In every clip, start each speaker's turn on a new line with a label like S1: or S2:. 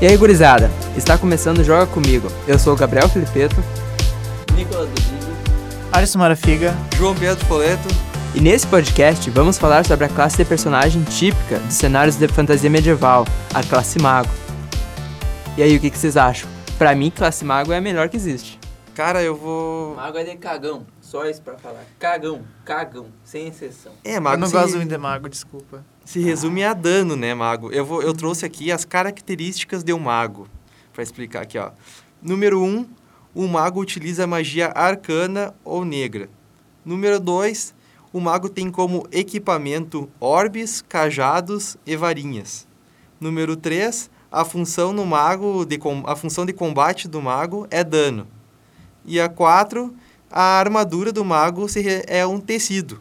S1: E aí, gurizada? Está começando o Joga Comigo. Eu sou o Gabriel Filipeto.
S2: Nicolas Dudu,
S3: Alisson Marafiga,
S2: João Pedro Poleto,
S1: E nesse podcast vamos falar sobre a classe de personagem típica dos cenários de fantasia medieval, a classe mago. E aí, o que, que vocês acham? Pra mim, classe mago é a melhor que existe.
S4: Cara, eu vou.
S2: Mago é de cagão, só isso pra falar. Cagão, cagão, sem exceção.
S4: É,
S3: eu
S4: Mago.
S3: não
S4: se,
S3: gosto muito de mago, desculpa.
S4: se resume a dano, né, Mago? Eu, vou, eu trouxe aqui as características de um Mago. Pra explicar aqui, ó. Número 1, um, o Mago utiliza magia arcana ou negra. Número 2, o Mago tem como equipamento orbes, cajados e varinhas. Número 3, a função no mago de com- a função de combate do mago é dano. E a 4, a armadura do mago se re- é um tecido.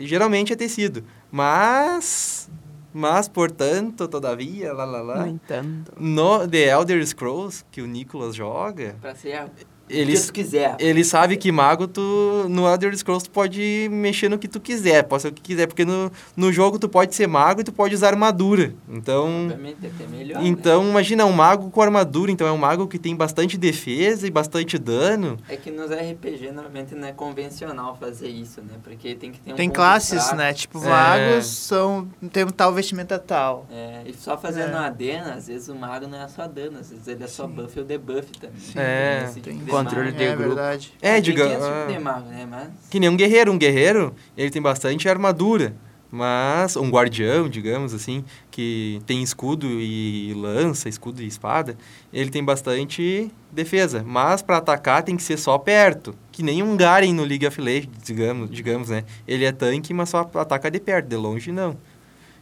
S4: Geralmente é tecido, mas mas portanto, todavia, lá lá lá.
S1: entendo.
S4: No The Elder Scrolls que o Nicolas joga,
S2: Pra ser a...
S4: ele
S2: se tu quiser.
S4: ele sabe que mago tu no Elder Scrolls tu pode mexer no que tu quiser, pode ser o que quiser, porque no, no jogo tu pode ser mago e tu pode usar armadura. Então,
S2: Obviamente até melhor. né?
S4: então, imagina, um mago com armadura, então é um mago que tem bastante defesa e bastante dano.
S2: né? É que nos RPG normalmente não é convencional fazer isso, né? Porque tem que ter um.
S3: Tem
S2: ponto
S3: classes,
S2: fraco.
S3: né? Tipo,
S4: É.
S3: magos são. tem um tal vestimenta tal.
S2: É, e só fazendo
S3: É.
S2: a dano, às vezes o mago não é só dano, às vezes ele é só buff ou debuff também.
S4: É,
S2: Esse
S3: tem
S2: tipo de
S1: controle
S2: mago.
S1: de
S3: é
S1: grupo.
S3: verdade.
S4: É,
S2: Tem
S4: diga,
S2: que ter esse tipo
S4: ah,
S2: de mago, né? Mas
S4: que nem um guerreiro. Um guerreiro, ele tem bastante armadura, mas um guardião, digamos assim, que tem escudo e lança, escudo e espada, ele tem bastante defesa, mas para atacar tem que ser só perto, que nem um Garen no League of Legends, digamos, digamos, né? Ele é tanque, mas só ataca de perto, de longe não.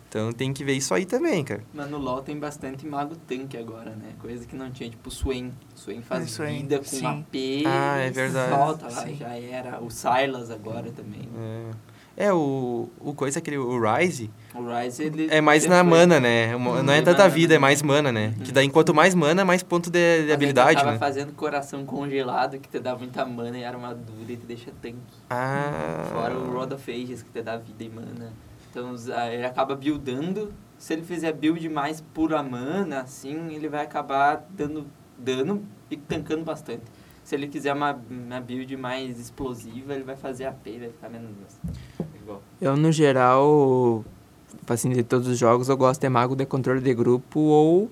S4: Então tem que ver isso aí também, cara.
S2: Mas no LoL tem bastante mago tanque agora, né? Coisa que não tinha, tipo Swain. Swain faz
S3: É, Swain,
S2: vida com
S3: sim.
S2: AP.
S4: Ah, é
S2: e
S4: verdade.
S2: Solta lá,
S3: Sim.
S2: já era. O Silas agora também.
S4: É, é o, o coisa aquele o Rise
S2: O Ryze, ele...
S4: é mais na
S2: depois-
S4: mana, né? Uma-
S2: Hum,
S4: não é
S2: bem
S4: tanta
S2: mana,
S4: vida,
S2: né?
S4: é mais mana, né?
S2: Uhum.
S4: Que daí quanto mais mana, mais ponto de, de
S2: Mas aí tu
S4: habilidade,
S2: tava
S4: né?
S2: fazendo coração congelado, que te dá muita mana e armadura e te deixa tanque.
S4: Ah.
S2: Fora o Rod of Ages, que te dá vida e mana. Então os- ah, ele acaba buildando. Se ele fizer build mais pura mana, assim, ele vai acabar dando dano e tancando bastante. Se ele quiser uma, uma build mais explosiva, ele vai fazer AP, vai ficar menos dano. Igual.
S1: Eu, no geral, assim, de todos os jogos, eu gosto de mago de controle de grupo ou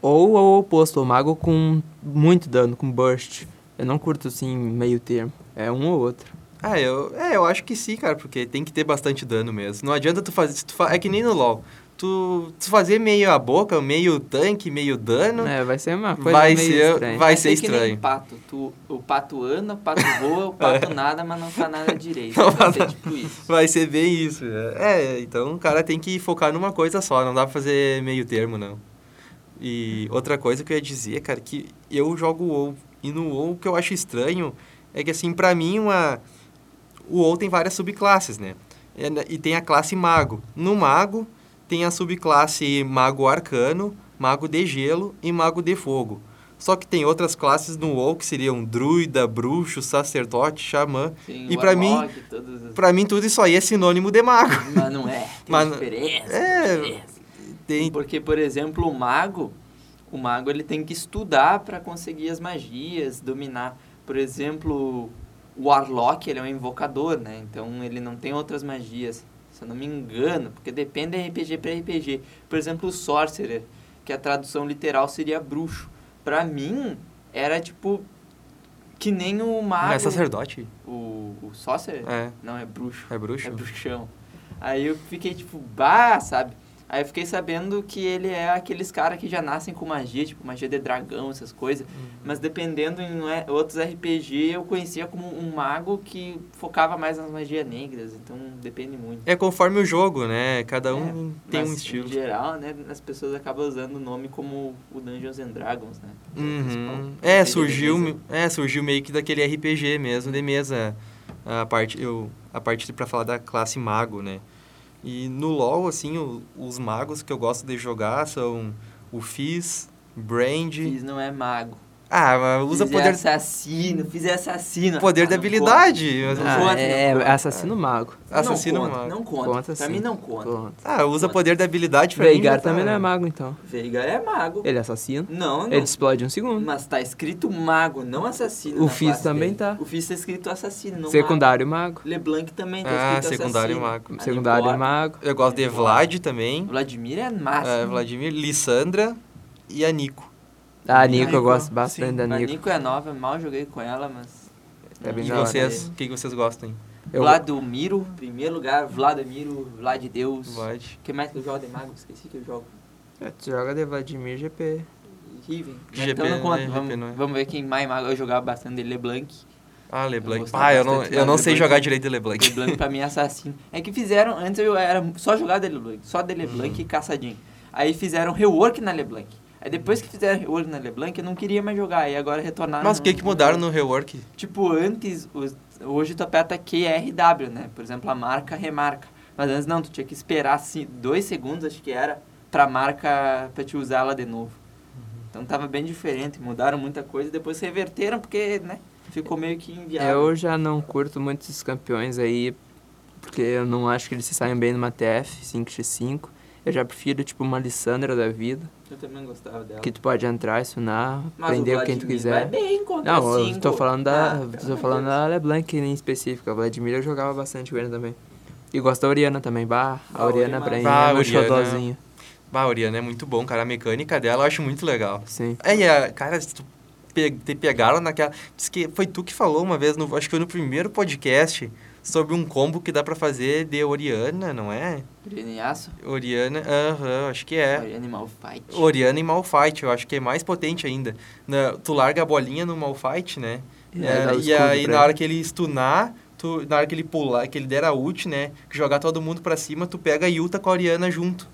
S1: ou o oposto, o mago com muito dano, com burst. Eu não curto, assim, meio termo. É um ou outro.
S4: Ah, eu, é, eu acho que sim, cara, porque tem que ter bastante dano mesmo. Não adianta tu fazer. se tu fa- É que nem no LoL. Tu, tu fazer meio a boca, meio tanque, meio dano.
S1: É, vai ser uma coisa
S4: Vai
S1: meio
S4: ser,
S1: estranha.
S4: vai
S2: É
S4: ser
S2: que nem
S4: estranho.
S2: pato. Tu, o pato anda, o pato voa, o pato nada, mas não faz nada direito.
S4: Não
S2: Vai
S4: faz
S2: ser
S4: nada.
S2: tipo isso.
S4: Vai ser bem isso. É, É, então o cara tem que focar numa coisa só, não dá pra fazer meio termo, não. E outra coisa que eu ia dizer, cara, que eu jogo WoW. E no WoW o que eu acho estranho é que, assim, pra mim, uma... o WoW tem várias subclasses, né? É, né, E tem a classe mago. No mago, tem a subclasse mago arcano, mago de gelo e mago de fogo. Só que tem outras classes no WoW que seriam druida, bruxo, sacerdote, xamã.
S2: Tem
S4: E
S2: o
S4: pra mim-
S2: Warlock, todos os-
S4: Pra mim, tudo isso aí é sinônimo de mago.
S2: Mas não é. Tem
S4: Mas-
S2: diferença.
S4: é,
S2: tem diferença.
S4: Tem, um
S2: Porque, por exemplo, o mago, o mago ele tem que estudar para conseguir as magias, dominar. Por exemplo, o Warlock, ele é um invocador, né? Então ele não tem outras magias, se eu não me engano, porque depende de RPG para RPG. Por exemplo, o Sorcerer, que a tradução literal seria bruxo. Pra mim, era tipo que nem o mago,
S4: Ah, é sacerdote.
S2: o, o Sorcerer.
S4: É,
S2: Não, é bruxo.
S4: é bruxo.
S2: É bruxão. Aí eu fiquei tipo, bah, sabe? Aí eu fiquei sabendo que ele é aqueles caras que já nascem com magia, tipo magia de dragão, essas coisas.
S4: Uhum.
S2: Mas dependendo em é, outros RPG, eu conhecia como um mago que focava mais nas magias negras. Então depende muito.
S4: É conforme o jogo, né? Cada um tem
S2: É, Mas,
S4: um estilo.
S2: Em geral, né? As pessoas acabam usando o nome como o Dungeons and Dragons, né?
S4: Uhum.
S2: Principal.
S4: É,
S2: RPG de mesa.
S4: surgiu, é, surgiu meio que daquele RPG mesmo, de mesa. A parte, eu, a parte de- pra falar da classe mago, né? E no LoL, assim, o- os magos que eu gosto de jogar são o Fizz, Brand...
S2: Fizz não é mago.
S4: Ah, mas usa
S2: Fizer
S4: poder,
S2: assassino, fizer assassino.
S4: poder
S2: Ah,
S4: de
S2: não
S4: habilidade. mas
S2: Não
S4: usa-
S2: conta.
S1: Ah, é,
S2: não.
S1: assassino mago.
S2: conta.
S4: Assassino é
S2: não conta,
S4: mago.
S2: Não conta.
S1: Conta
S2: pra
S1: sim.
S2: mim não conta.
S1: Conta.
S4: Ah, usa
S2: Conta.
S4: poder de habilidade pra mim. já
S1: Veigar
S4: tá.
S1: também não é mago, então.
S2: Veiga é mago.
S1: Ele é assassino.
S2: Não, não.
S1: Ele explode em um segundo.
S2: Mas tá escrito mago, não assassino.
S1: O
S2: na
S1: Fizz
S2: classe
S1: também
S2: dele.
S1: tá.
S2: O Fizz tá escrito assassino, não
S1: Secundário mago.
S2: mago. Leblanc também tá
S4: Ah,
S2: escrito
S4: secundário
S2: assassino.
S4: mago.
S2: Ah,
S1: Secundário
S2: não importa.
S1: mago.
S4: Eu gosto de Vlad também.
S2: Vladimir é
S4: ah,
S2: massa.
S4: Vladimir, Lissandra e a Nico.
S1: Ah, Nico, eu
S4: Nico,
S1: gosto bastante
S4: sim.
S1: da
S2: a
S1: Nico.
S2: Nico é nova, mal joguei com ela, mas...
S1: Tá bem
S4: E
S1: da hora.
S4: vocês? O que que vocês gostam?
S1: Eu-
S2: Vladomiro, primeiro lugar. Vladomiro, Vlad Deus.
S4: Vlad.
S2: O que mais que eu jogo de mago? Esqueci que eu jogo.
S1: É, Tu joga de Vladimir GP.
S2: Riven.
S4: GP,
S2: então não conta.
S4: né?
S2: Vamos,
S4: GP não é.
S2: vamos ver quem mais mago. Eu jogava bastante de Leblanc.
S4: Ah,
S2: Eu
S4: LeBlanc.
S2: gostava
S4: Ah, eu não,
S2: bastante
S4: eu
S2: do
S4: não sei
S2: LeBlanc.
S4: jogar direito de LeBlanc.
S2: LeBlanc pra mim é assassino. É que fizeram, antes eu era só jogar de LeBlanc, só de
S4: Uhum.
S2: LeBlanc e caçadinho. Aí fizeram rework na LeBlanc. Aí depois que fizeram rework na LeBlanc, eu não queria mais jogar. E agora retornaram.
S4: Mas o que
S2: no-
S4: que mudaram no rework?
S2: Tipo, antes, os- hoje tu aperta QRW, né? Por exemplo, a marca remarca. Mas antes não, tu tinha que esperar assim, dois segundos, acho que era, pra marca, pra te usar ela de novo. Então tava bem diferente, mudaram muita coisa, depois reverteram porque, né, ficou meio que
S4: É
S2: inviável.
S1: É, Eu já não curto muito esses campeões aí, porque eu não acho que eles se saem bem numa TF 5x5. Eu já prefiro, tipo, uma Lissandra da vida,
S2: Eu também gostava dela.
S1: que tu pode entrar, ensinar,
S2: Tá. Mas
S1: aprender
S2: o
S1: quem tu
S2: Vladimir Vai
S1: quiser.
S2: bem contra
S1: Não, eu
S2: cinco.
S1: tô falando
S2: Ah,
S1: da.
S2: pelo
S1: tô
S2: amor
S1: falando
S2: de
S1: da LeBlanc em específico. A Vladimir eu jogava bastante com ele também. E gosto da Oriana também. Bah, a
S2: Ah,
S1: Oriana
S2: Oriana.
S1: pra mim
S4: Bah,
S1: é meu
S4: Oriana.
S1: xodózinho.
S4: Bah, a Oriana é muito bom, cara. A mecânica dela eu acho muito legal.
S1: Sim.
S4: É, e a- cara, se tu pe- te pegaram naquela. Diz que foi tu que falou uma vez, no, acho que foi no primeiro podcast, sobre um combo que dá pra fazer de Oriana, não é?
S2: Deus. Greniaço.
S4: Oriana, aham, acho que é.
S2: Olha, Animal Fight.
S4: Oriana e Malphite, eu acho que é mais potente ainda. Na- tu larga a bolinha no Malphite, né?
S1: E aí
S4: É,
S1: dá o
S4: e
S1: escudo
S4: aí,
S1: pra
S4: na
S1: ele.
S4: hora que ele stunar, tu, na hora que ele pular, que ele der a ult, né? Que jogar todo mundo pra cima, tu pega a Yuta com a Oriana junto.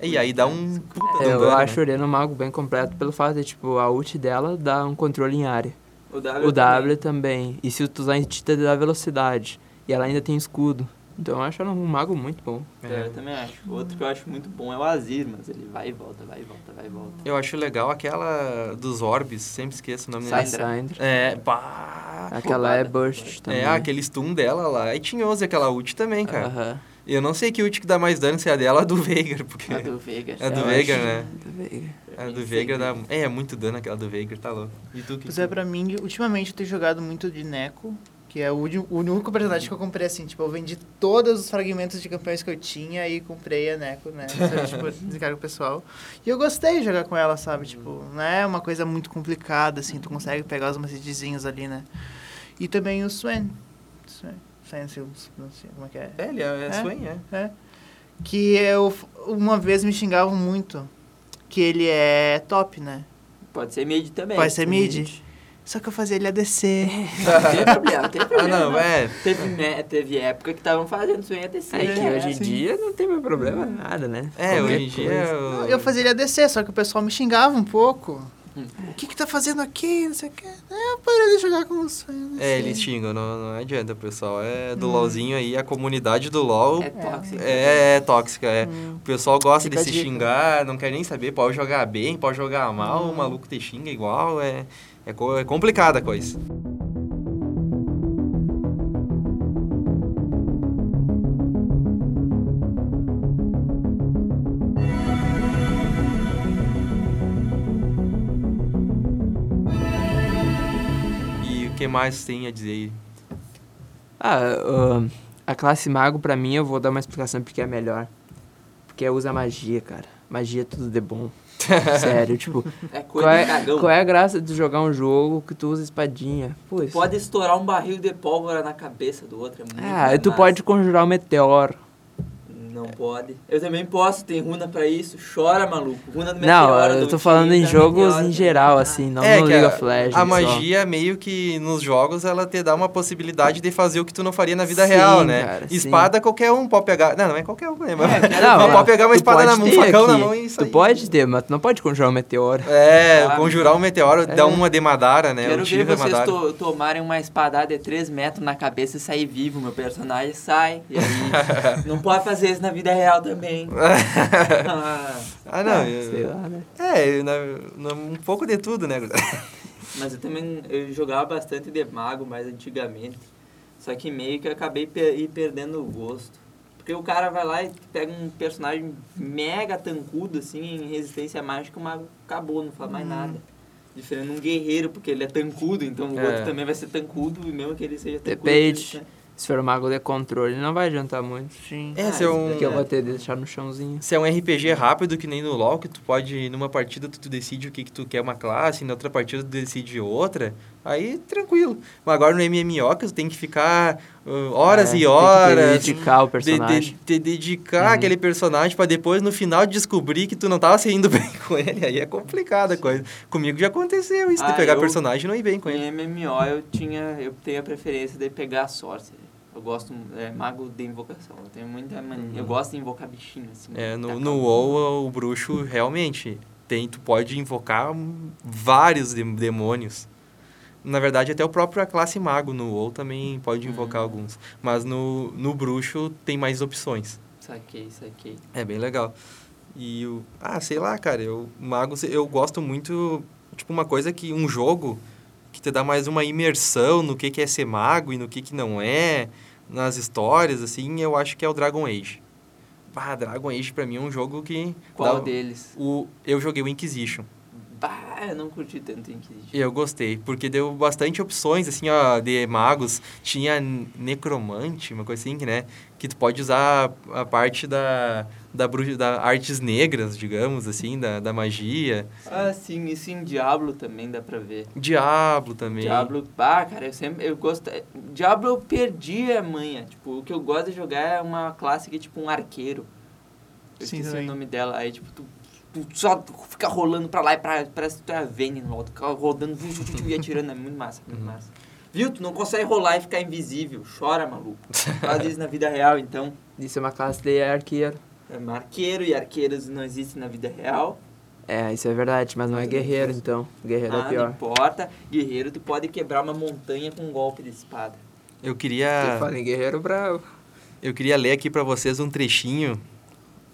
S4: E aí dá um puta de um
S1: É. Eu
S4: dano,
S1: acho a
S4: né?
S1: Oriana um mago bem completo pelo fato de, tipo, a ult dela dá um controle em área.
S2: O W.
S1: O W também. E se tu usar em Tita, dá velocidade. E ela ainda tem escudo. Então eu acho ela um mago muito bom.
S2: É, Eu também acho. Outro que eu acho muito bom é o Azir, mas ele vai e volta, vai e volta, vai e volta.
S4: Eu acho legal aquela dos orbes, sempre esqueço o nome
S1: A
S2: Sai-
S4: dela.
S2: Syndra.
S1: Syndra.
S4: É, pá.
S1: Aquela é burst também.
S4: É, aquele stun dela lá. E tinhoso aquela ult também, cara.
S1: Aham.
S4: E Eu não sei que ult que dá mais dano, se é a dela ou a do Veigar, porque...
S2: A do Veiga.
S4: É a do
S1: Eu
S4: Veigar,
S1: acho-
S4: né?
S1: do Veigar.
S4: A do Veigar dá... É, é muito dano aquela do Veigar, tá louco. E tu que...
S3: Pois é, pra mim, ultimamente eu tenho jogado muito de Neco, que é o uni- o único personagem que eu comprei assim. Tipo, eu vendi todos os fragmentos de campeões que eu tinha e comprei a Neco, né? Sabe, tipo, descarga pessoal. E eu gostei de jogar com ela, sabe? Tipo, não é uma coisa muito complicada, assim. Tu consegue pegar os macetezinhos ali, né? E também o Swen. Swen. Swen, se eu- não sei como é que é.
S4: É, ele é, é,
S3: É?
S4: Swain, é.
S3: Que eu, f- uma vez me xingavam muito. Que ele é top, né?
S2: Pode ser mid também.
S3: Pode ser mid. Só que eu fazia ele ADC.
S2: Não tem problema, não tem
S4: Ah,
S2: problema.
S4: não, é...
S2: Teve, me- teve época que estavam fazendo isso em ADC.
S1: É que
S2: né?
S1: hoje em dia não tem mais problema nada, né?
S4: assim. É,
S1: Qualquer
S4: hoje em dia...
S1: coisa.
S3: Não,
S4: o-
S3: Eu fazia ele ADC, só que o pessoal me xingava um pouco.
S2: Hum.
S3: O que que tá fazendo aqui? Não sei o que. É, eu parei de jogar com né? os
S4: É, eles
S3: assim.
S4: xingam, não, não adianta, pessoal. É
S3: Hum.
S4: do LOLzinho aí, a comunidade do LOL
S2: É tóxico.
S4: é, é tóxica, é. O pessoal gosta
S1: Fica
S4: de
S1: a
S4: se
S1: dica.
S4: xingar, não quer nem saber, pode jogar bem, pode jogar mal, o maluco te xinga igual, é, é, co- é complicada a coisa. E o que mais tem a dizer aí?
S1: Ah, ahn, a classe mago, pra mim, eu vou dar uma explicação porque é melhor. Porque usa magia, cara. Magia é tudo de bom. Sério, tipo,
S2: É coisa
S1: qual
S2: de
S1: é,
S2: cagão.
S1: qual é a graça de jogar um jogo que tu usa espadinha? Pô, isso-
S2: Pode estourar um barril de pólvora na cabeça do outro. É muito
S1: Ah, e tu
S2: massa.
S1: pode conjurar o meteoro.
S2: Não pode. Eu também posso, tem runa pra isso. Chora, maluco. Runa do
S1: Não,
S2: meteoro,
S1: eu
S2: do
S1: tô falando em
S2: Tita,
S1: jogos
S2: meteoro,
S1: em
S2: do-
S1: geral,
S2: Ah,
S1: assim, não
S4: É
S1: no
S4: que
S1: League
S4: a-
S1: of Legends.
S4: A
S1: só.
S4: magia, meio que nos jogos, ela te dá uma possibilidade de fazer o que tu não faria na vida real,
S1: Sim,
S4: né?
S1: cara, sim.
S4: Espada, qualquer um pode pegar. Não, não é qualquer um, né? Mas,
S1: Não,
S4: mas
S1: é,
S4: pode pegar uma
S1: tu
S4: espada na
S1: pode
S4: mão, um
S1: ter
S4: facão na
S1: aqui.
S4: mão e isso
S1: Tu
S4: aí.
S1: pode ter, mas tu não pode conjurar o meteoro.
S4: É,
S2: Ah,
S4: conjurar um meteoro, dar uma demadara, né?
S2: Quero
S4: um
S2: ver
S4: tiro da
S2: vocês
S4: madara.
S2: to- tomarem uma espadada de 3 metros na cabeça e sair vivo. Meu personagem sai. E aí, não pode fazer isso na vida real também. Ah,
S4: Ah, não. eu-
S1: Sei lá, né?
S4: É, eu- na- na- um pouco de tudo, né? gurizada?
S2: Mas eu também eu jogava bastante de mago mais antigamente. Só que meio que eu acabei per ir perdendo o gosto. Porque o cara vai lá e pega um personagem mega tancudo, assim, em resistência mágica, o mago acabou, não faz
S4: Hum.
S2: mais nada. Diferente de um guerreiro, porque ele é tancudo, então o
S1: É.
S2: outro também vai ser tancudo, e mesmo que ele seja tancudo.
S1: Depende.
S2: ele-
S1: Se for mago de controle, não vai adiantar muito.
S3: Sim.
S4: É,
S2: Ah,
S4: se é, um,
S1: Porque eu vou ter de deixar no chãozinho.
S4: se é um RPG rápido, que nem no LoL, que tu pode, numa partida, tu, tu decide o que, que tu quer uma classe, e na outra partida tu decide outra, aí tranquilo. Mas agora no MMO, que tu tem que ficar uh, horas
S1: É,
S4: e horas...
S1: Tem que dedicar o
S4: de- de-
S1: personagem.
S4: te dedicar
S1: Uhum.
S4: aquele personagem pra depois, no final, descobrir que tu não tava se indo bem com ele. Aí é complicada a coisa. Comigo já aconteceu isso, de
S2: Ah,
S4: pegar
S2: eu-
S4: personagem e não ir bem com ele.
S2: Em MMO eu tinha, eu tenho a preferência de pegar a sorte. Eu gosto, é, mago de invocação. Eu tenho muita mania. Eu gosto de invocar bichinho, assim.
S4: Uhum. É, no,
S2: tacar
S4: no
S2: um-
S4: WoW, o bruxo realmente tem, tu pode invocar hum, vários dem- demônios. Na verdade, até o próprio a classe mago no WoW também pode invocar
S2: Hum.
S4: alguns. Mas no, no bruxo tem mais opções.
S2: Saquei, saquei.
S4: É bem legal. E o. Ah, sei lá, cara. Eu, mago, se- eu gosto muito. Tipo, uma coisa que. Um jogo que te dá mais uma imersão no que, que é ser mago e no que, que não é. Nas histórias, assim, eu acho que é o Dragon Age. Ah, Dragon Age pra mim é um jogo que.
S2: Qual
S4: dá- um-
S2: deles?
S4: o, eu joguei o Inquisition.
S2: Bah, eu não curti tanto Inquisition.
S4: E eu gostei, porque deu bastante opções, assim, ó, de magos. Tinha n- necromante, uma coisa assim, que, né? Que tu pode usar a parte da, da, bruxa, da artes negras, digamos, assim, da, da magia.
S2: Ah, sim, isso em Diablo também dá pra ver.
S4: Diablo também.
S2: Diablo, bah, cara, eu sempre, eu gosto, eh, Diablo eu perdi a manha, tipo, o que eu gosto de jogar é uma classe que é tipo um arqueiro, eu
S3: Sim,
S2: esqueci
S3: também.
S2: o nome dela, aí tipo, tu, tu só fica rolando pra lá e pra, parece que tu é a Vayne no alto, fica rodando, vu, vu, vu, vu, e atirando, é muito massa,
S4: Uhum.
S2: muito massa. Viu, tu não consegue rolar e ficar invisível, chora, maluco, faz isso na vida real, então,
S1: Isso é uma classe de arqueiro.
S2: é um arqueiro e arqueiros não existem na vida real,
S1: É, isso é verdade, mas não é guerreiro, então. Guerreiro
S2: ah,
S1: é
S2: não
S1: pior.
S2: importa, guerreiro, tu pode quebrar uma montanha com um golpe de espada.
S4: Eu
S1: Se
S4: queria,
S1: fala em guerreiro, bravo.
S4: eu queria ler aqui pra vocês um trechinho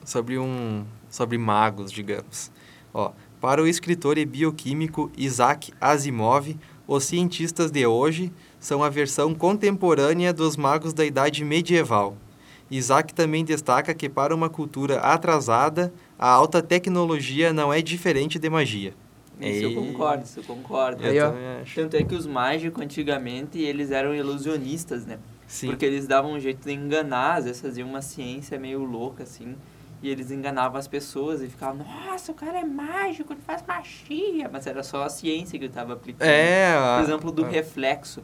S4: sobre um sobre magos, digamos. Ó, para o escritor e bioquímico Isaac Asimov, os cientistas de hoje são a versão contemporânea dos magos da idade medieval. Isaac também destaca que para uma cultura atrasada, a alta tecnologia não é diferente de magia.
S2: Isso eu
S4: Ei.
S2: concordo, isso eu concordo.
S1: Aí,
S4: eu
S1: ó.
S4: também acho.
S2: Tanto é que os mágicos antigamente eles eram ilusionistas, né?
S4: Sim.
S2: Porque eles davam um jeito de enganar, às vezes faziam uma ciência meio louca assim, e eles enganavam as pessoas e ficavam, nossa, o cara é mágico, ele faz magia, mas era só a ciência que ele estava aplicando.
S4: É, a-
S2: Por exemplo, do
S4: a-
S2: reflexo.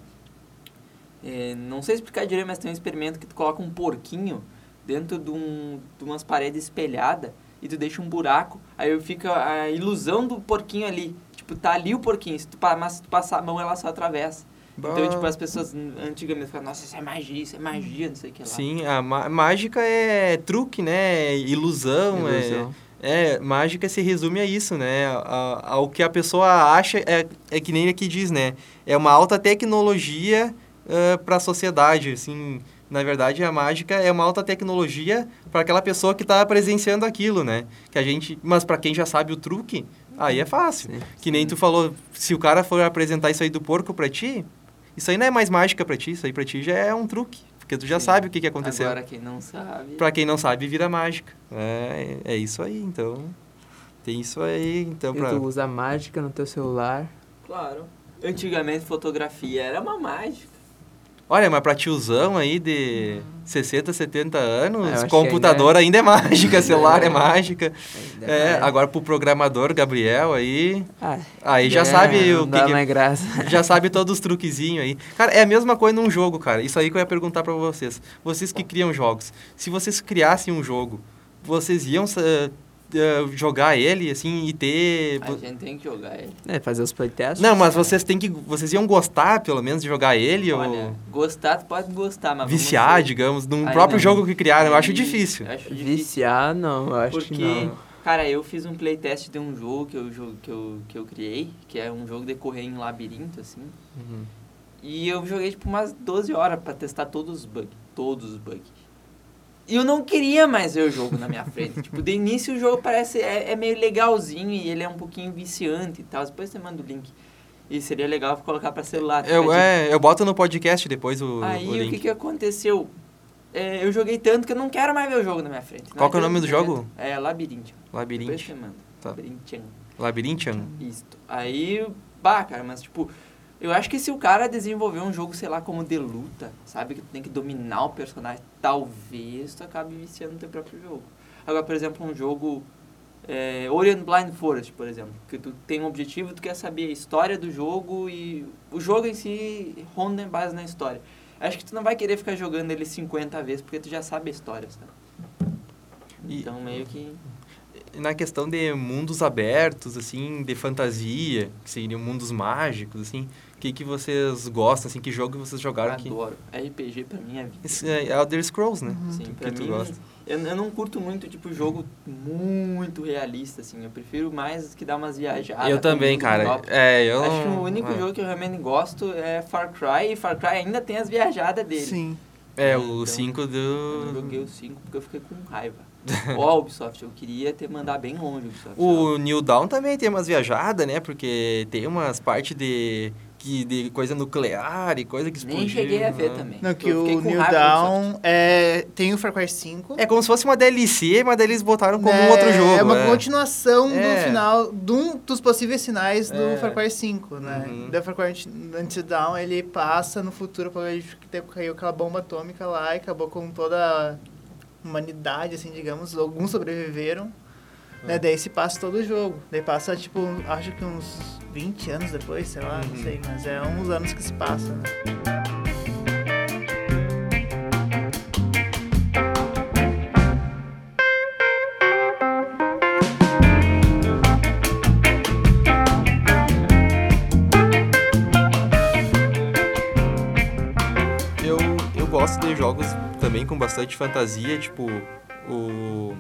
S2: É, não sei explicar direito, mas tem um experimento que tu coloca um porquinho dentro de, um, de umas paredes espelhadas e tu deixa um buraco, aí fica a ilusão do porquinho ali. Tipo, tá ali o porquinho, se tu, pa- mas se tu passar a mão, ela só atravessa. Então,
S4: Bah.
S2: tipo, as pessoas an- antigamente ficavam, nossa, isso é magia, isso é magia, não sei o que lá.
S4: Sim, a ma- mágica é truque, né? É Ilusão, é-
S1: Ilusão.
S4: É, mágica se resume a isso, né? A- a- Ao que a pessoa acha, é, é que nem aqui diz, né? É uma alta tecnologia para a sociedade, assim. Na verdade, a mágica é uma alta tecnologia para aquela pessoa que está presenciando aquilo, né? Que a gente, mas para quem já sabe o truque, aí é fácil.
S1: Sim.
S4: Que nem tu falou, se o cara for apresentar isso aí do porco para ti, isso aí não é mais mágica para ti, isso aí para ti já é um truque, porque tu já
S2: Sim.
S4: sabe o que que aconteceu.
S2: Agora, quem não sabe...
S4: Pra quem não sabe, vira mágica. É, é isso aí, então. Tem isso aí, então,
S1: E
S4: pra...
S1: tu usa mágica no teu celular.
S2: Claro. Antigamente, fotografia era uma mágica.
S4: Olha, mas pra tiozão aí de 60, 70
S1: Ah, eu
S4: anos,
S1: acho que
S4: computador ainda é, mágica, celular é mágica.
S1: Ainda
S4: É,
S1: mais.
S4: agora pro programador Gabriel aí,
S1: Ah,
S4: aí já
S1: é,
S4: sabe
S1: não
S4: o que,
S1: dá
S4: que-
S1: mais graça.
S4: já sabe todos os truquezinhos aí. Cara, é a mesma coisa num jogo, cara. Isso aí que eu ia perguntar pra vocês. Vocês que criam jogos, se vocês criassem um jogo, vocês iam eh, eh, jogar ele assim e ter
S2: A gente tem que jogar ele.
S1: É, fazer os playtests.
S4: Não, mas vocês têm que. Vocês iam gostar, pelo menos, de jogar ele
S2: Olha,
S4: ou
S2: gostar, tu pode gostar, mas vamos
S4: viciar,
S2: ser-
S4: digamos, num
S2: Aí
S4: próprio
S2: não.
S4: jogo que criaram. Eu acho
S2: Aí,
S4: difícil.
S2: Hum, Acho difícil.
S1: Viciar, não, eu acho que
S2: Porque,
S1: não.
S2: cara, eu fiz um playtest de um jogo que eu, jo- que, eu, que eu criei, que é um jogo de correr em labirinto, assim.
S4: Uhum.
S2: E eu joguei, tipo, umas 12 horas pra testar todos os bugs. Todos os bugs. E eu não queria mais ver o jogo na minha frente. tipo, de início o jogo parece... É, é meio legalzinho e ele é um pouquinho viciante e tal. Depois você manda o link. E seria legal colocar pra celular. tipo,
S4: Eu,
S2: fica a
S4: é, eu boto no podcast depois o,
S2: dica. Aí
S4: o
S2: o,
S4: link.
S2: que, que aconteceu? É, eu joguei tanto que eu não quero mais ver o jogo na minha frente. Não
S4: Qual que é o nome do
S2: adianta.
S4: jogo?
S2: É Labirinto. Depois
S4: Labirinte.
S2: você manda.
S4: Tá.
S2: Labirintian.
S4: Labirintian?
S2: Isto. Aí, bah, cara, mas tipo, eu acho que se o cara desenvolver um jogo, sei lá, como de luta, sabe, que tu tem que dominar o personagem, talvez tu acabe viciando no teu próprio jogo. Agora, por exemplo, um jogo é, Orient Blind Forest, por exemplo, que tu tem um objetivo, tu quer saber a história do jogo e o jogo em si ronda em base na história. Acho que tu não vai querer ficar jogando ele 50 vezes, porque tu já sabe a história, sabe?
S4: E-
S2: Então, meio que...
S4: E na questão de mundos abertos, assim, de fantasia, que seriam mundos mágicos, assim, o que, que vocês gostam, assim, que jogo vocês jogaram que...
S2: Adoro. RPG pra mim é vida.
S4: Esse é Elder Scrolls, né?
S2: Sim,
S4: Tu-
S2: pra
S4: que tu
S2: mim,
S4: gosta.
S2: Eu, eu não curto muito, tipo, jogo muito realista, assim. Eu prefiro mais que dá umas viajadas.
S4: eu
S2: com
S4: também,
S2: mundo
S4: cara.
S2: próprio.
S4: É, eu
S2: Acho que
S4: não-
S2: o único
S4: é.
S2: jogo que eu realmente gosto é Far Cry, e Far Cry ainda tem as viajadas dele.
S3: Sim.
S4: É,
S2: Então,
S4: o 5
S2: Eu não
S4: do...
S2: joguei o 5 porque eu fiquei com raiva. Ó, Ubisoft, eu queria ter mandar bem longe, Ubisoft.
S4: O New Dawn também tem umas viajadas, né? Porque tem umas partes de, que, de coisa nuclear e coisa que explodiu.
S2: Nem cheguei a ver
S4: né?
S2: também.
S3: Não,
S2: É. Eu
S3: que
S2: fiquei
S3: o
S2: com
S3: New
S2: raiva da Ubisoft.
S3: Down é, tem o Far Cry 5.
S4: É como se fosse uma DLC, mas daí eles botaram como
S3: né?
S4: um outro jogo.
S3: É uma continuação
S4: É.
S3: do final, de um dos possíveis sinais
S4: É.
S3: do Far Cry 5, né?
S4: Uhum.
S3: Da Far Cry Anti- Antidown, ele passa no futuro, apocalíptico, que te- caiu aquela bomba atômica lá e acabou com toda a humanidade, assim, digamos. Alguns sobreviveram.
S4: É.
S3: Né? Daí se passa todo o jogo. Daí passa, tipo, acho que uns 20 anos depois, sei lá, não
S4: Uhum.
S3: sei. Mas é uns anos que se passa, né?
S4: Eu, eu gosto de jogos também com bastante fantasia, tipo o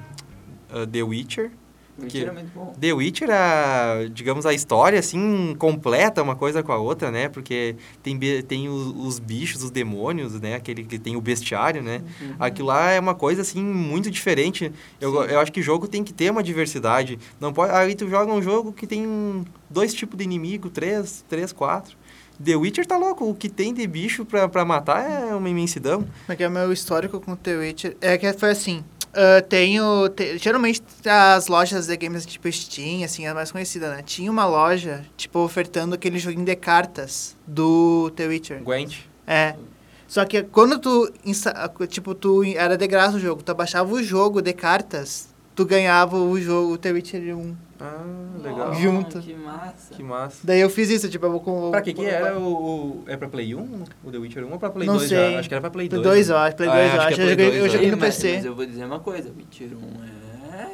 S4: uh, The Witcher.
S2: Mentira, é muito bom.
S4: The Witcher, a, digamos, a história, assim, completa uma coisa com a outra, né? Porque tem, be- tem os, os bichos, os demônios, né? Aquele que tem o bestiário, né? Aquilo lá é uma coisa, assim, muito diferente. Eu, go- eu acho que jogo tem que ter uma diversidade. Não pode... Aí tu joga um jogo que tem dois tipos de inimigo, três, três, quatro. The Witcher tá louco. O que tem de bicho pra, pra matar é uma imensidão.
S3: Como é que é o meu histórico com o The Witcher? É que foi assim. ah, tenho. te- geralmente as lojas de games tipo Steam, assim, é a mais conhecida, né? Tinha uma loja, tipo, ofertando aquele joguinho de cartas do The Witcher.
S4: Gwent.
S3: É. Só que quando tu. insta- Tipo, tu era de graça o jogo, tu abaixava o jogo de cartas, tu ganhava o jogo The Witcher 1.
S4: Ah,
S2: Ah,
S4: legal.
S3: Junto.
S2: Que massa.
S4: Que massa.
S3: Daí eu fiz isso, tipo, eu vou com.
S4: Pra que que era o, o- É pra Play 1? O The Witcher 1 ou pra Play
S3: Não
S4: 2
S3: sei.
S4: já? Acho que era pra Play
S3: Play
S4: 2.
S3: 2,
S4: né?
S3: eu acho. Play
S4: Ah,
S3: 2, eu
S4: acho que é
S3: acho. Eu
S4: Play
S3: joguei-
S4: 2,
S3: eu
S4: né?
S3: joguei no
S2: mas,
S3: PC.
S2: mas eu vou dizer uma coisa, Witcher 1 é...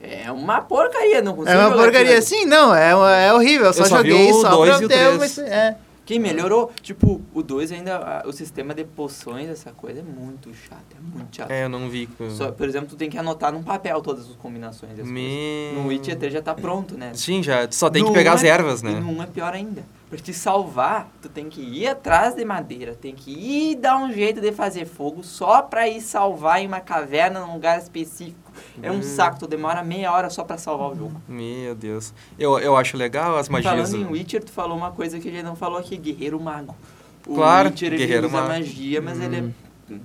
S2: É uma porcaria, não consigo
S3: É uma
S2: jogar
S3: porcaria,
S2: aquilo ali.
S3: sim, não, é, é horrível. Eu só,
S4: Eu só vi
S3: joguei
S4: o
S3: só
S4: dois
S3: pra
S4: e o
S3: ter
S4: três.
S3: uma experi- é.
S2: Quem melhorou, tipo, o 2 ainda, a- o sistema de poções, essa coisa é muito chata, é muito chato.
S4: É, eu não vi.
S2: Só, por exemplo, tu tem que anotar num papel todas as combinações das coisas.
S4: Me...
S2: No Witcher 3 já tá pronto, né?
S4: Sim, já. Tu só tem que
S2: No
S4: pegar
S2: um
S4: as
S2: é-
S4: ervas,
S2: E
S4: né?
S2: no 1 é pior ainda. Pra te salvar, tu tem que ir atrás de madeira, tem que ir dar um jeito de fazer fogo só pra ir salvar em uma caverna num lugar específico. É um
S4: Hum.
S2: saco, tu demora meia hora só pra salvar o jogo.
S4: Meu Deus. Eu, eu acho legal as magias.
S2: Falando em
S4: do-
S2: Witcher, tu falou uma coisa que a gente não falou aqui, guerreiro mago. O
S4: Claro,
S2: Witcher ele
S4: guerreiro
S2: usa
S4: mago. Hum.
S2: magia, mas ele é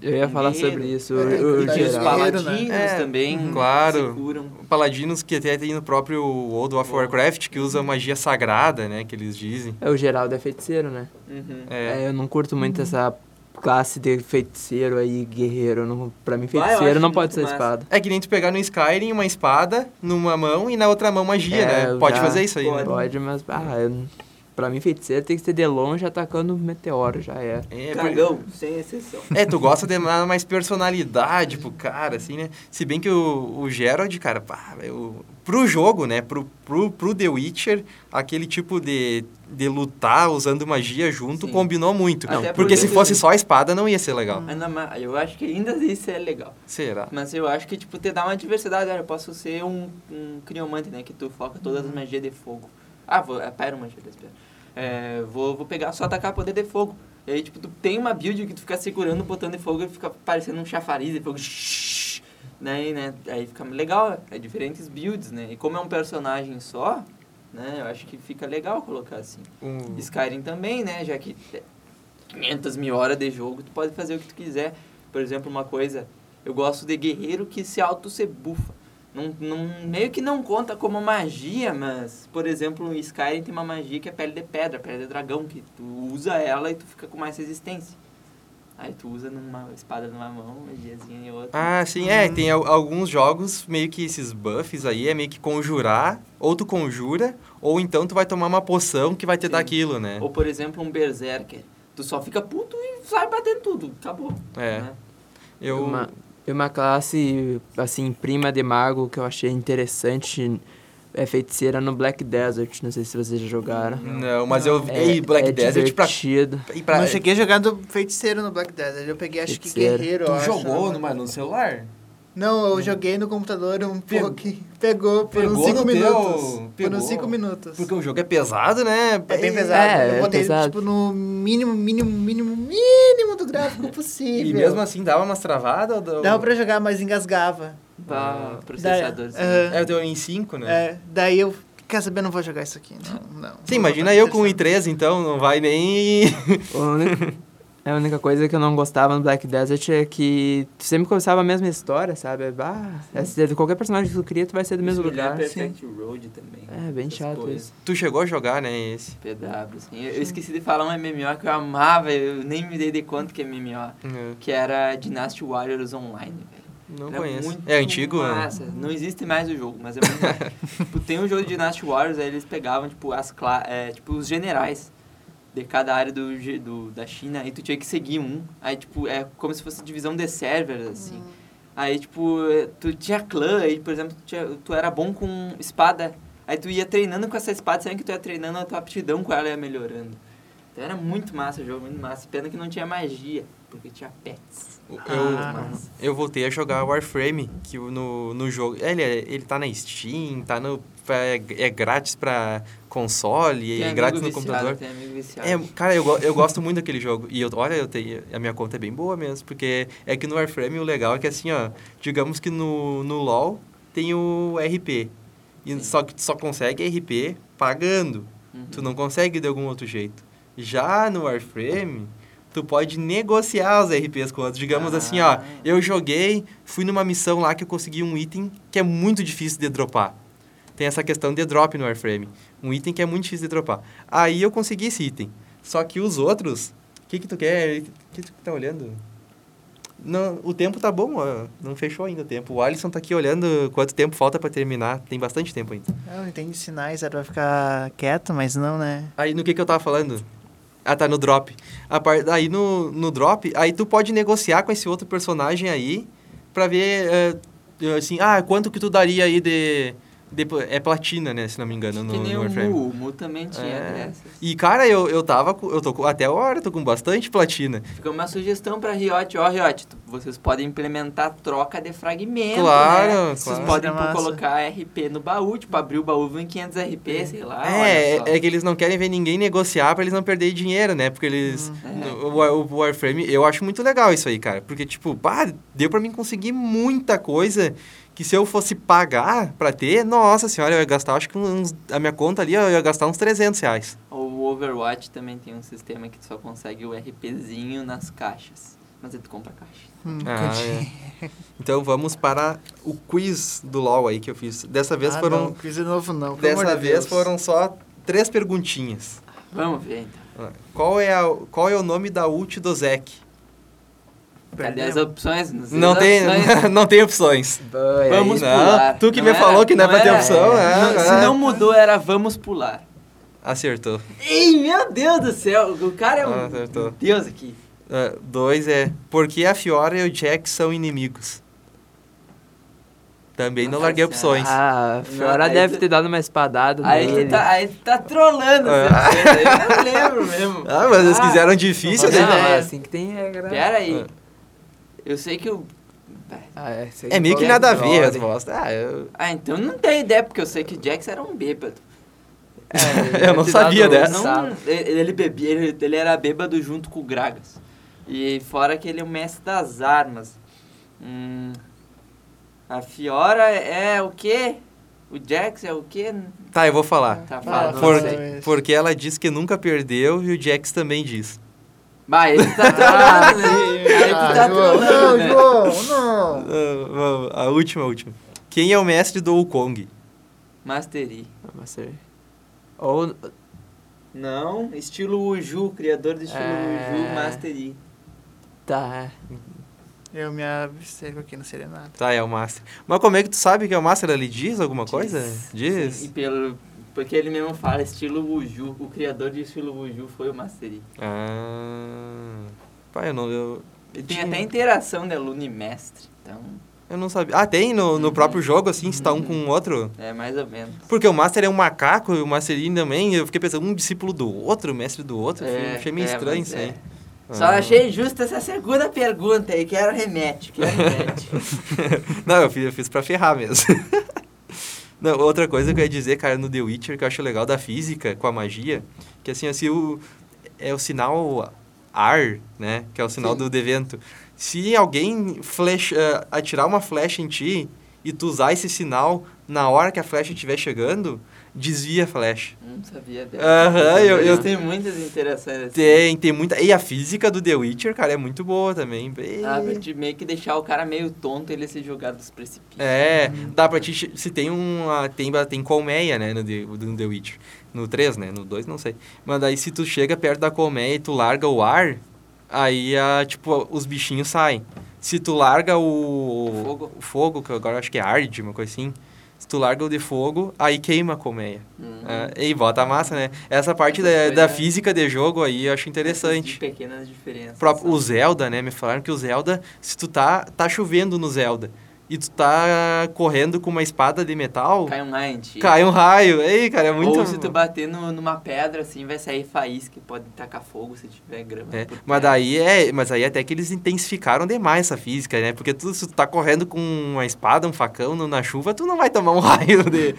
S1: Eu ia falar
S2: guerreiro.
S1: sobre isso.
S3: É,
S1: o- o
S3: verdade,
S2: Porque
S3: Guerreiro,
S2: os
S1: geral.
S3: né?
S2: paladinos
S4: É,
S2: também
S4: claro.
S2: se curam.
S4: Paladinos que até tem no próprio World of Warcraft que usa magia sagrada, né? Que eles dizem.
S1: É, o Geraldo é feiticeiro, né?
S2: Uhum.
S4: É.
S1: É, eu não curto muito essa classe de feiticeiro aí, guerreiro. Eu Não, pra mim,
S2: Vai, Ah, eu
S1: feiticeiro
S2: acho
S1: não pode
S2: muito
S1: ser
S2: massa.
S1: espada.
S4: É que nem tu pegar no Skyrim uma espada numa mão e na outra mão magia,
S1: É,
S4: né?
S1: eu
S4: Pode
S1: já-
S4: fazer isso aí, né?
S1: Pode, mas ah, eu, pra mim, feiticeiro tem que ser de longe atacando o meteoro, já é.
S4: É, por-
S2: Cagão, sem exceção.
S4: É, tu gosta de dar mais personalidade pro cara, assim, né? Se bem que o, o Gerald, cara, pá, eu, pro jogo, né? Pro, pro, pro The Witcher, aquele tipo de, de lutar usando magia junto
S2: Sim.
S4: combinou muito.
S2: Até
S4: Não, porque,
S2: porque
S4: se
S2: tu-
S4: fosse só a espada, não ia ser legal.
S2: Ainda mais, eu acho que ainda isso é legal.
S4: Será?
S2: Mas eu acho que, tipo, te dá uma diversidade. Olha, eu posso ser um, um criomante, né? Que tu foca todas as magias de fogo. Ah, vou, é pyromancer, espera. É, vou, vou pegar só atacar poder de fogo. E aí, tipo, tu tem uma build que tu fica segurando o botão de fogo e fica parecendo um chafariz de fogo. Shhh. né. Daí, né? Aí fica legal. É diferentes builds, né? E como é um personagem só, Né? Eu acho que fica legal colocar assim.
S1: Uhum.
S4: Um...
S2: Skyrim também, né? Já que te- 500 mil horas de jogo, tu pode fazer o que tu quiser. Por exemplo, uma coisa, eu gosto de guerreiro que se auto se bufa. Não, não, meio que não conta como magia, mas, por exemplo, em Skyrim tem uma magia que é pele de pedra, pele de dragão, que tu usa ela e tu fica com mais resistência. Aí tu usa numa espada numa mão, magiazinha em outra.
S4: Ah, sim, é. Tem al- alguns jogos, meio que esses buffs aí, é meio que conjurar, ou tu conjura, ou então tu vai tomar uma poção que vai te dar
S2: Sim.
S4: aquilo, né?
S2: Ou, por exemplo, um berserker. Tu só fica puto e sai batendo tudo. Acabou.
S4: É.
S2: né?
S4: Eu.
S1: Uma, e uma classe, assim, prima de mago que eu achei interessante é feiticeira no Black Desert. Não sei se vocês já jogaram.
S4: Não, mas eu vi
S1: É,
S4: Black
S1: é
S4: Desert pra.
S1: divertido.
S4: e pra-
S3: Não cheguei jogando feiticeiro no Black Desert. Eu peguei, acho que
S1: Feiticeiro.
S3: guerreiro. eu
S4: Tu
S3: acho,
S4: jogou
S3: né?
S4: numa- no celular?
S3: Não, eu joguei no computador um
S4: Pegou-
S3: pouquinho. Pegou por
S4: pegou
S3: uns 5
S4: no teu-
S3: minutos. Por
S4: pegou.
S3: uns 5 minutos.
S4: Porque o jogo é pesado, né?
S3: É bem pesado.
S1: É,
S3: eu
S1: é
S3: botei,
S1: pesado.
S3: tipo, no mínimo, mínimo, mínimo, mínimo do gráfico possível.
S4: E mesmo assim dava umas travadas? ou dava-
S3: Dava pra jogar, mas engasgava.
S2: Bah,
S4: Ah.
S2: processadores.
S3: Daí- aham.
S4: É, deu em 5, né?
S3: É, daí eu, quer saber, não vou jogar isso aqui, não. não
S4: Sim, imagina eu com o i3, então não vai nem.
S1: O único- é A única coisa que eu não gostava no Black Desert é que tu sempre começava a mesma história, sabe? Ah, essa- qualquer personagem que tu cria, tu vai ser é do mesmo
S2: Olhar
S1: lugar.
S2: Perfect Road também.
S1: É, bem
S2: essas
S1: chato
S2: coisas.
S1: isso.
S4: tu chegou a jogar, né? Esse.
S2: PW, assim. Eu, eu esqueci de falar um MMO que eu amava, eu nem me dei de conta que é MMO.
S4: É,
S2: Que era Dynasty Warriors Online, velho.
S4: Não
S2: Era
S4: conheço.
S2: muito
S4: É antigo?
S2: Massa. Não existe mais o jogo, mas é muito massa. tipo, tem um jogo de Dynasty Warriors, aí eles pegavam, tipo, as cla é, tipo, os generais de cada área do, ge- do- da China, aí tu tinha que seguir um. Aí, tipo, é como se fosse divisão de servers, assim. Aí, tipo, tu tinha clã, aí, por exemplo, tu, tinha- tu era bom com espada. Aí tu ia treinando com essa espada, sendo que tu ia treinando a tua aptidão com ela ia melhorando. Então era muito massa o jogo, muito massa. Pena que não tinha magia, porque tinha pets.
S4: Eu,
S3: Ah.
S2: Mas-
S4: eu voltei a jogar Warframe, que o- no, no jogo. Ele, é- ele tá na Steam, tá no. É, é grátis pra console,
S2: Tem
S4: é
S2: amigo
S4: grátis no
S2: viciado,
S4: computador.
S2: Tem amigo viciado.
S4: É, cara, eu, go- eu gosto muito daquele jogo. E eu, olha, eu tenho, a minha conta é bem boa mesmo, porque é que no Warframe o legal é que assim, ó, digamos que no, no LoL tem o RP. E só que tu só consegue RP pagando.
S2: Uhum.
S4: Tu não consegue de algum outro jeito. Já no Warframe, tu pode negociar os RPs com outros. Digamos
S2: Ah.
S4: assim, ó, eu joguei, fui numa missão lá que eu consegui um item que é muito difícil de dropar. Tem essa questão de drop no Warframe. Um item que é muito difícil de dropar. Aí eu consegui esse item. Só que os outros... O que que tu quer? O que tu tá olhando? Não, o tempo tá bom, ó. Não fechou ainda o tempo. O Alisson tá aqui olhando quanto tempo falta pra terminar. Tem bastante tempo ainda.
S3: Eu entendi sinais, era pra ficar quieto, mas não, né?
S4: Aí no que, que eu tava falando? Ah, tá, no drop. A par... Aí no, no drop, aí tu pode negociar com esse outro personagem aí pra ver, eh, assim, ah, quanto que tu daria aí de... de pla- é platina, né, se não me engano, no,
S2: que nem
S4: no
S2: o
S4: Warframe.
S2: Mu, o Mu também tinha
S4: É.
S2: dessas.
S4: E, cara, eu, eu tava, com- eu tô com, até agora eu tô com bastante platina.
S2: Fica uma sugestão pra Riot, ó Riot, tu- vocês podem implementar troca de fragmentos,
S4: Claro,
S2: né? Vocês
S4: claro.
S2: podem
S3: Seria
S2: pô,
S3: massa.
S2: colocar RP no baú, tipo, abrir o baú vem 500 RP, sei lá,
S4: é,
S2: Ah, olha só.
S4: é que eles não querem ver ninguém negociar pra eles não perderem dinheiro, né, porque
S2: Uhum.
S4: eles... no- O, War- o Warframe, eu acho muito legal isso aí, cara. Porque, tipo, pá, deu pra mim conseguir muita coisa que se eu fosse pagar pra ter, nossa senhora, eu ia gastar, acho que uns, a minha conta ali, eu ia gastar uns 300 reais.
S2: O Overwatch também tem um sistema que tu só consegue o RPzinho nas caixas. Mas aí tu compra a caixa.
S3: Hum,
S4: Ah,
S3: curti.
S4: é. Então vamos para o quiz do LoL aí que eu fiz. Dessa vez
S3: Ah,
S4: foram.
S3: não, quiz de novo não. pelo
S4: dessa
S3: amor de
S4: vez
S3: Deus.
S4: foram só três perguntinhas.
S2: Vamos ver então.
S4: Qual é, a, qual é o nome da ult do Zek?
S2: Cadê
S3: Perdemos.
S2: as opções? sei
S4: Não
S2: as
S4: tem,
S2: opções.
S4: não tem opções.
S1: Boy,
S2: Vamos
S4: Não,
S2: pular.
S4: tu que me falou que não é pra ter
S2: era.
S4: opção, é,
S2: Não,
S4: é.
S2: Se não mudou, era vamos pular.
S4: Acertou.
S2: Ei, meu Deus do céu. O cara é um
S4: Ah, acertou.
S2: deus aqui.
S4: Ah, dois é por que a Fiora e o Jack são inimigos? Também não
S2: Nossa,
S4: larguei
S2: cara.
S4: opções.
S1: Ah, a Fiora
S2: aí
S1: deve
S2: tu-
S1: ter dado uma espadada
S2: Aí
S1: nele.
S2: tu tá, aí tu tá trolando.
S4: Ah.
S2: essa coisa. Eu não lembro mesmo.
S4: Ah, mas eles
S2: Ah,
S4: quiseram difícil,
S1: Não,
S4: né?
S1: é
S3: ideia.
S1: assim que tem regra.
S2: Pera aí.
S4: Ah.
S2: Eu sei que eu...
S1: Ah, é, sei
S4: É meio que
S1: qual
S4: nada a
S1: ordem.
S4: ver a resposta. Ah, eu,
S2: Ah, então não tem ideia, porque eu sei que o Jax era um bêbado.
S1: É,
S4: Eu não
S1: te
S4: sabia
S1: dado um
S4: dessa.
S1: sapo.
S2: Não, ele, ele bebia, ele, ele era bêbado junto com o Gragas. E fora que ele é o mestre das armas. Hum, a Fiora é o quê? O Jax é o quê?
S4: Tá, eu vou falar.
S2: Tá,
S3: Fala,
S2: fala.
S4: Por-
S3: não sei.
S4: porque ela diz que nunca perdeu e o Jax também diz.
S2: Bah, ele tá trolando, né? Ele
S3: Ah,
S2: tá
S3: João,
S2: trolando,
S3: não,
S2: né?
S3: João, não.
S4: Ah, vamos, a última, a última. Quem é o mestre do Wukong?
S2: Mastery.
S1: Mas é- Ou
S2: Não, estilo Uju, criador do estilo
S1: É.
S2: Uju, Mastery.
S1: tá.
S3: Eu me absteve aqui na serenata.
S4: Tá, é o Master. Mas como é que tu sabe que é o Master? Ele diz alguma coisa? Diz?
S2: E pelo... Porque ele mesmo fala estilo Uju, o criador do estilo Uju foi o Mastery.
S4: Ah. Pai, eu não. Eu, eu,
S2: Tem
S4: tinha-
S2: até interação de aluno e mestre, então
S4: eu não sabia. Ah, tem no, no
S2: Uhum.
S4: próprio jogo, assim, se tá um
S2: Uhum.
S4: com o outro?
S2: é mais ou menos.
S4: Porque o Master é um macaco e o Masterin também. Eu fiquei pensando, um discípulo do outro, mestre do outro.
S2: É,
S4: achei meio
S2: é,
S4: estranho
S2: mas
S4: isso
S2: é.
S4: aí.
S2: Só
S4: Ah.
S2: achei justa essa segunda pergunta aí, que era remete, que era remete.
S4: Não, eu fiz, eu fiz pra ferrar mesmo. Não, outra coisa que eu ia dizer, cara, no The Witcher, que eu acho legal da física com a magia, que assim, assim, o, é o sinal ar, né? Que é o sinal do evento. Se alguém flecha, eh, atirar uma flecha em ti e tu usar esse sinal na hora que a flecha estiver chegando, desvia a flecha.
S2: Não sabia dela.
S4: Aham, eu- eu-
S2: Tem muitas interações assim.
S4: Tem, tem muita. E a física do The Witcher, cara, é muito boa também. Bem-
S2: Ah, pra te meio que deixar o cara meio tonto Então ele se jogar dos precipícios.
S4: É, dá pra te. Se tem uma. Tem, tem colmeia, né? No The, no The Witcher. No 3, né? No 2, não sei. Mas daí se tu chega perto da colmeia e tu larga o ar, aí, ah, tipo, os bichinhos saem. Se tu larga o.
S2: O fogo.
S4: o fogo, que agora eu acho que é arde, uma coisa assim. Se tu larga o de fogo, aí queima a colmeia.
S2: Hum.
S4: É, e bota a massa, né? Essa parte
S2: Essas
S4: da,
S2: coisas,
S4: da
S2: né?
S4: física de jogo aí eu acho interessante.
S2: De pequenas diferenças.
S4: Pro- o Zelda, né? Me falaram que o Zelda, se tu tá, tá chovendo no Zelda e tu tá correndo com uma espada de metal,
S2: Cai um raio em ti.
S4: cai um raio. Ei, cara, é muito.
S2: Ou se tu bater no- numa pedra, assim, vai sair faísca, pode tacar fogo se tiver grama.
S4: É,
S2: por
S4: mas
S2: perto.
S4: daí é, mas aí até que eles intensificaram demais essa física, né? Porque tu, se tu tá correndo com uma espada, um facão no- na chuva, tu não vai tomar um raio de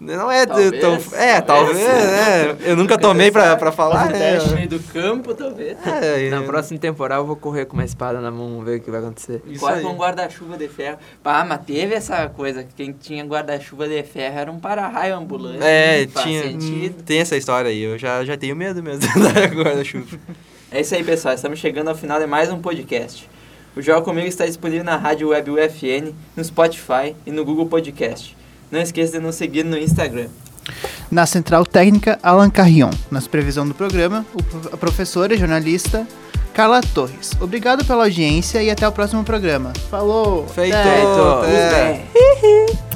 S4: não é de-
S2: Talvez,
S4: tão- é, talvez,
S2: talvez.
S4: né? Eu nunca tomei pra, pra falar,
S3: Faz um
S4: né?
S2: No meio do campo, talvez.
S4: É,
S1: Na
S4: é,
S1: próxima temporada eu vou correr com uma espada na mão, vamos ver o que vai acontecer.
S4: isso
S2: Quase
S4: aí.
S2: com um guarda-chuva de ferro. Ah, mas teve essa coisa que quem tinha guarda-chuva de ferro era um para-raio ambulante.
S4: É,
S2: não faz
S4: tinha.
S2: sentido.
S4: Tem essa história aí. Eu já, já tenho medo mesmo da guarda-chuva.
S2: É isso aí, pessoal. Estamos chegando ao final de mais um podcast. O Joga Comigo está disponível na Rádio Web UFN, no Spotify e no Google Podcast. Não esqueça de nos seguir no Instagram.
S3: Na central técnica, Alan Carrion. Na supervisão do programa, o pro- a professora e jornalista Carla Torres. Obrigado pela audiência e até o próximo programa. Falou!
S4: Feito!
S3: Até.
S4: até.
S2: Tudo bem?